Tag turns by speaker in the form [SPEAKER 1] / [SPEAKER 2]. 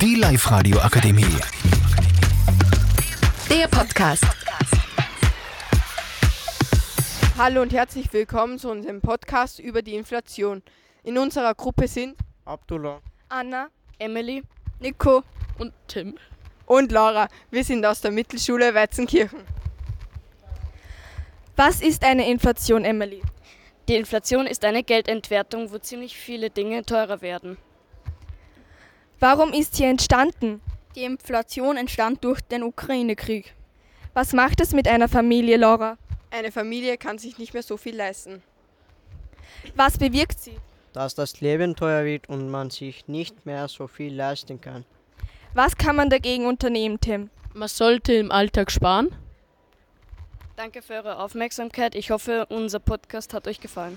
[SPEAKER 1] Die Live-Radio Akademie.
[SPEAKER 2] Der Podcast.
[SPEAKER 3] Hallo und herzlich willkommen zu unserem Podcast über die Inflation. In unserer Gruppe sind
[SPEAKER 4] Abdullah.
[SPEAKER 3] Anna,
[SPEAKER 5] Emily
[SPEAKER 3] Nico
[SPEAKER 5] und Tim.
[SPEAKER 3] und Laura. Wir sind aus der Mittelschule Weizenkirchen.
[SPEAKER 6] Was ist eine Inflation, Emily?
[SPEAKER 5] Die Inflation ist eine Geldentwertung, wo ziemlich viele Dinge teurer werden.
[SPEAKER 6] Warum ist sie entstanden?
[SPEAKER 7] Die Inflation entstand durch den Ukraine-Krieg.
[SPEAKER 6] Was macht es mit einer Familie, Laura?
[SPEAKER 3] Eine Familie kann sich nicht mehr so viel leisten.
[SPEAKER 6] Was bewirkt sie?
[SPEAKER 4] Dass das Leben teuer wird und man sich nicht mehr so viel leisten kann.
[SPEAKER 6] Was kann man dagegen unternehmen, Tim?
[SPEAKER 8] Man sollte im Alltag sparen.
[SPEAKER 5] Danke für eure Aufmerksamkeit. Ich hoffe, unser Podcast hat euch gefallen.